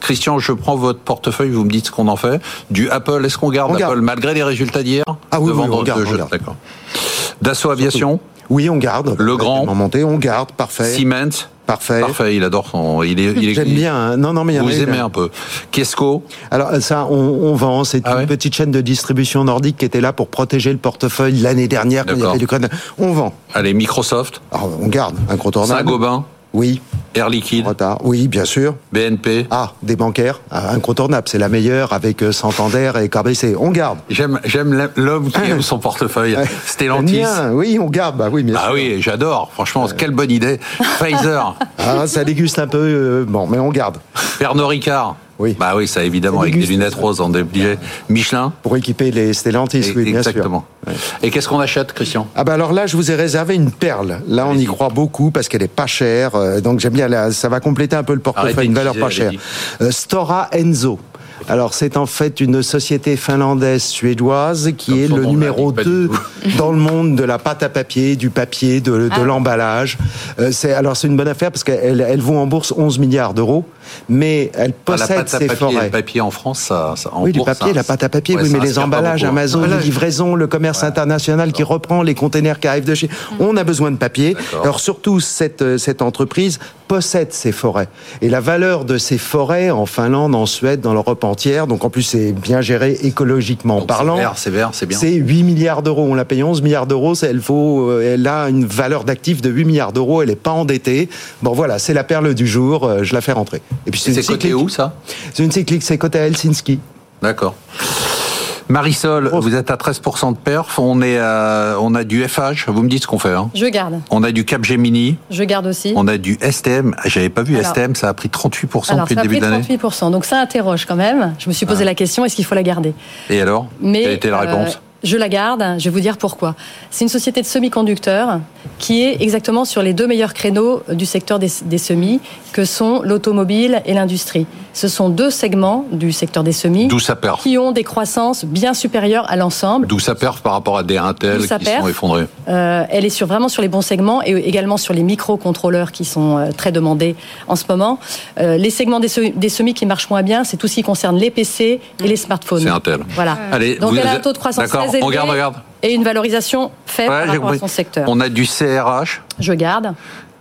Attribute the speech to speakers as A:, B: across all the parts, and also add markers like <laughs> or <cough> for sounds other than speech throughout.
A: Christian, je prends votre portefeuille, vous me dites ce qu'on en fait. Du Apple, est-ce qu'on garde
B: On
A: Apple
B: garde.
A: malgré les résultats d'hier
B: Ah oui,
A: de
B: oui, on
A: vendre
B: garde,
A: deux
B: on
A: jeux,
B: garde.
A: D'accord. Dassault Aviation,
B: Oui, on garde.
A: Le Grand.
B: Tellement monté, on garde, parfait.
A: Siemens,
B: Parfait.
A: parfait, il adore son. Il est, il est-
B: J'aime bien. hein. Non, non, mais il y en a
A: Vous
B: une.
A: aimez un peu. Kesco,
B: Alors euh, ça, on, on vend. C'est
A: Ah
B: une
A: ouais
B: petite chaîne de distribution nordique qui était là pour protéger le portefeuille l'année dernière quand il y
A: D'accord.
B: avait l'Ukraine. On vend.
A: allez, Microsoft,
B: Alors, on garde. Incontournable.
A: Saint-Gobain,
B: Oui.
A: Air Liquide,
B: Retard. Oui, bien sûr.
A: BNP.
B: Ah, des bancaires. Ah, Incontournable. C'est la meilleure avec euh, Santander et KBC. On garde.
A: J'aime, j'aime l'homme qui aime son portefeuille.
B: <laughs>
A: Stellantis.
B: Bien. Oui, on garde. Bah oui, bien
A: Ah
B: sûr.
A: oui, j'adore. Franchement, quelle bonne idée.
B: <laughs>
A: Pfizer,
B: Ah, ça déguste un peu. euh, bon, mais on garde.
A: Pernod Ricard.
B: Oui.
A: Bah oui, ça évidemment,
B: Ça
A: avec des
B: déguste,
A: lunettes
B: ça.
A: roses, on est obligé. Michelin.
B: Pour équiper les Stellantis, oui, bien sûr.
A: E- Exactement. Et qu'est-ce qu'on achète, Christian
B: Ah bah alors là, je vous ai réservé une perle. Là, on y
A: Allez-y.
B: croit beaucoup parce qu'elle est pas chère. euh, donc j'aime bien, la- ça va compléter un peu le
A: Arrêtez
B: portefeuille,
A: de
B: une valeur
A: teaser,
B: pas chère.
A: allez-y.
B: Euh, Stora Enso. Alors c'est en fait une société finlandaise suédoise qui
A: Comme
B: est
A: son
B: le
A: nom
B: numéro
A: l'indique, pas du
B: 2 <laughs> dans le monde de la pâte à papier, du papier, de, de l'emballage. Euh, c'est alors c'est une bonne affaire parce qu'elle elle vaut en bourse 11 milliards d'euros, mais elle
A: Ah, La
B: possède
A: pâte à
B: ses
A: papier,
B: forêts.
A: le papier en France, ça, ça en
B: Oui, du
A: bourse,
B: papier,
A: ça-
B: la pâte à papier,
A: ouais,
B: oui,
A: ça
B: mais les
A: inspire pas
B: emballages,
A: beaucoup, hein.
B: Amazon,
A: Voilà.
B: les livraisons, le commerce international qui reprend les containers qui arrivent de chez. On a besoin de papier.
A: D'accord.
B: Alors surtout, cette, euh, cette entreprise possède ces forêts. Et la valeur de ces forêts en Finlande, en Suède, dans l'Europe entière, donc en plus c'est bien géré écologiquement
A: Donc, c'est
B: parlant.
A: vert, C'est vert, c'est bien.
B: C'est 8 milliards d'euros. On la paye 11 milliards d'euros. c'est- Elle, vaut, euh, elle a une valeur d'actif de 8 milliards d'euros. Elle n'est pas endettée. Bon, voilà, c'est la perle du jour. euh, Je la fais rentrer. Et puis,
A: Et C'est
B: une
A: côté
B: cyclique.
A: où, ça
B: C'est une cyclique. C'est côté Helsinki.
A: D'accord. Marisol,
B: Grosse.
A: vous êtes à 13% de perf. On, est à- on a du FH, vous me dites ce qu'on fait. hein.
C: Je garde.
A: On a du Capgemini,
C: Je garde aussi.
A: on a du STM. J'avais pas vu
C: Alors-
A: STM, ça a pris 38%
C: Alors,
A: depuis
C: ça
A: le
C: a
A: début
C: pris
A: de l'année.
C: 38%. Donc, ça interroge quand même. Je me suis posé la question, est-ce qu'il faut la garder
A: Et alors
C: Mais,
A: Quelle était la
C: euh,
A: réponse
C: Je la garde, je vais vous dire pourquoi. C'est une société de semi-conducteurs qui est exactement sur les deux meilleurs créneaux du secteur des, des semis, que sont l'automobile et l'industrie. Ce sont deux segments du secteur des semis
A: D'où ça perf
C: qui ont des croissances bien supérieures à l'ensemble.
A: D'où ça perf par rapport à des Intel
C: D'où
A: qui
C: ça perf
A: sont effondrés
C: Euh, elle est sur, vraiment sur les bons segments et également sur les microcontrôleurs qui sont euh, très demandés en ce moment. Euh, les segments des, se- des semis qui marchent moins bien, c'est tout ce qui concerne les PC et les smartphones.
A: C'est Intel. Euh,
C: Voilà.
A: Allez,
C: Donc
A: vous-
C: elle a un taux de croissance
A: D'accord,
C: très élevé
A: on garde, on garde.
C: et une valorisation faible
A: Ouais,
C: par
A: j'ai
C: rapport à
A: compris.
C: son secteur.
A: On a du CRH,
C: Je garde.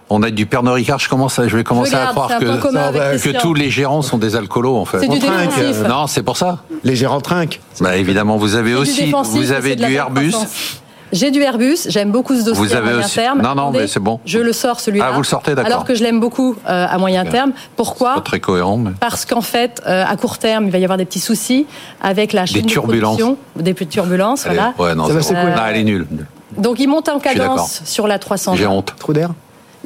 A: on a du Pernod Ricard. Je, commence à- je vais commencer à
C: garde, c'est
A: croire
C: un
A: que,
C: point commun avec
A: que
C: Christian.
A: tous les gérants sont des alcoolos, en fait. euh,
C: C'est du
B: trinque,
C: défensif.
A: Non, c'est pour ça.
B: Les gérants trinquent.
A: Bah, évidemment, vous avez
C: C'est du
A: aussi,
C: défensif,
A: vous
C: mais
A: avez
C: c'est de la
A: du
C: bonne
A: Airbus.
C: croissance. J'ai du Airbus, j'aime beaucoup ce dossier
A: Vous avez
C: à moyen
A: aussi-
C: terme.
A: Non, non,
C: Attendez,
A: mais c'est bon.
C: Je le sors celui-là.
A: Ah, vous le sortez, d'accord.
C: Alors que je l'aime beaucoup euh, à moyen
A: Bien.
C: terme.
A: Pas
C: Pourquoi
A: très cohérent, mais.
C: Parce qu'en fait, euh, à court terme, il va y avoir des petits soucis avec la chaîne de
A: turbulences.
C: production, des petites turbulences.
A: Elle est-
C: Voilà.
A: ouais, non,
B: Ça va,
A: c'est
B: c'est
A: bon.
B: cool.
A: Non, elle est nulle.
C: Donc, ils montent en
A: suis d'accord.
C: cadence sur la 320.
A: J'ai honte.
B: Trou d'air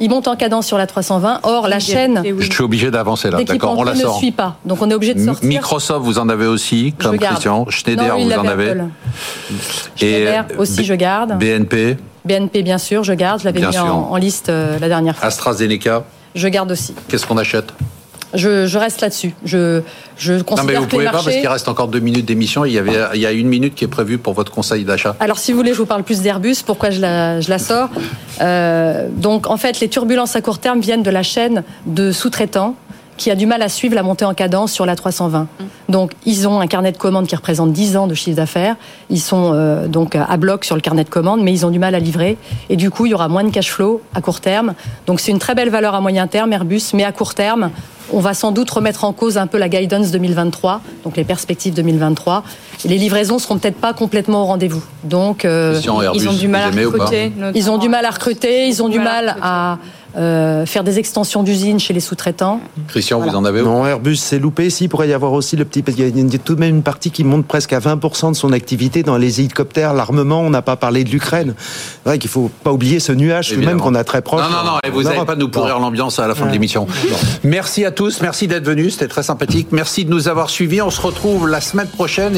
C: Ils montent en cadence sur la 320. Or, la chaîne
A: Je suis obligé d'avancer là. Ah, D'accord, on
C: d'équipement
A: la
C: ne
A: sort.
C: suit pas. Donc, on est obligé de
A: M-
C: sortir.
A: Microsoft, vous en avez aussi,
C: Je
A: comme
C: garde.
A: Christian. Schneider,
C: Non, lui, il
A: vous en
C: l'avait,
A: avez. euh,
C: Apple. Schneider aussi,
A: B-
C: je garde.
A: BNP,
C: BNP, bien sûr, je garde. Je l'avais
A: Bien
C: mis en,
A: sûr. Ah.
C: en liste euh, la dernière fois.
A: AstraZeneca,
C: Je garde aussi.
A: qu'est-ce qu'on achète
C: Je, je reste là-dessus. Je, je
A: Non,
C: considère
A: mais vous
C: que les
A: pouvez pas
C: marchés...
A: parce qu'il reste encore deux minutes d'émission. Il y avait, il y a une minute qui est prévue pour votre conseil d'achat.
C: Alors, si vous voulez, je vous parle plus d'Airbus. Pourquoi je la, je la sors Euh, Donc, en fait, les turbulences à court terme viennent de la chaîne de sous-traitants qui a du mal à suivre la montée en cadence sur la 320. Donc, ils ont un carnet de commandes qui représente 10 ans de chiffre d'affaires. Ils sont euh, donc à bloc sur le carnet de commandes, mais ils ont du mal à livrer. Et du coup, il y aura moins de cash flow à court terme. Donc, c'est une très belle valeur à moyen terme, Airbus, mais à court terme, on va sans doute remettre en cause un peu la guidance 2023, donc les perspectives 2023. Les livraisons seront peut-être pas complètement au rendez-vous. Donc, euh,
A: Christian, Airbus,
D: Ils ont du mal à
A: vous aimez ou pas
D: recruter.
C: ils ont du mal à recruter, ils ont du mal à euh, faire des extensions d'usines chez les sous-traitants.
A: Christian, vous en avez ou
B: Non, Airbus s'est loupé. Si, il pourrait y avoir aussi le petit. Parce qu'il y a une- tout de même une partie qui monte presque à 20% de son activité dans les hélicoptères, l'armement. On n'a pas parlé de l'Ukraine. C'est vrai qu'il faut pas oublier ce nuage tout de même
A: Évidemment.
B: qu'on a très proche.
A: Non, non, non, et vous
B: en
A: n'allez
B: Europe.
A: pas nous pourrir l'ambiance à la fin de l'émission. Merci à tous, merci d'être venus, c'était très sympathique. Merci de nous avoir suivis. On se retrouve la semaine prochaine.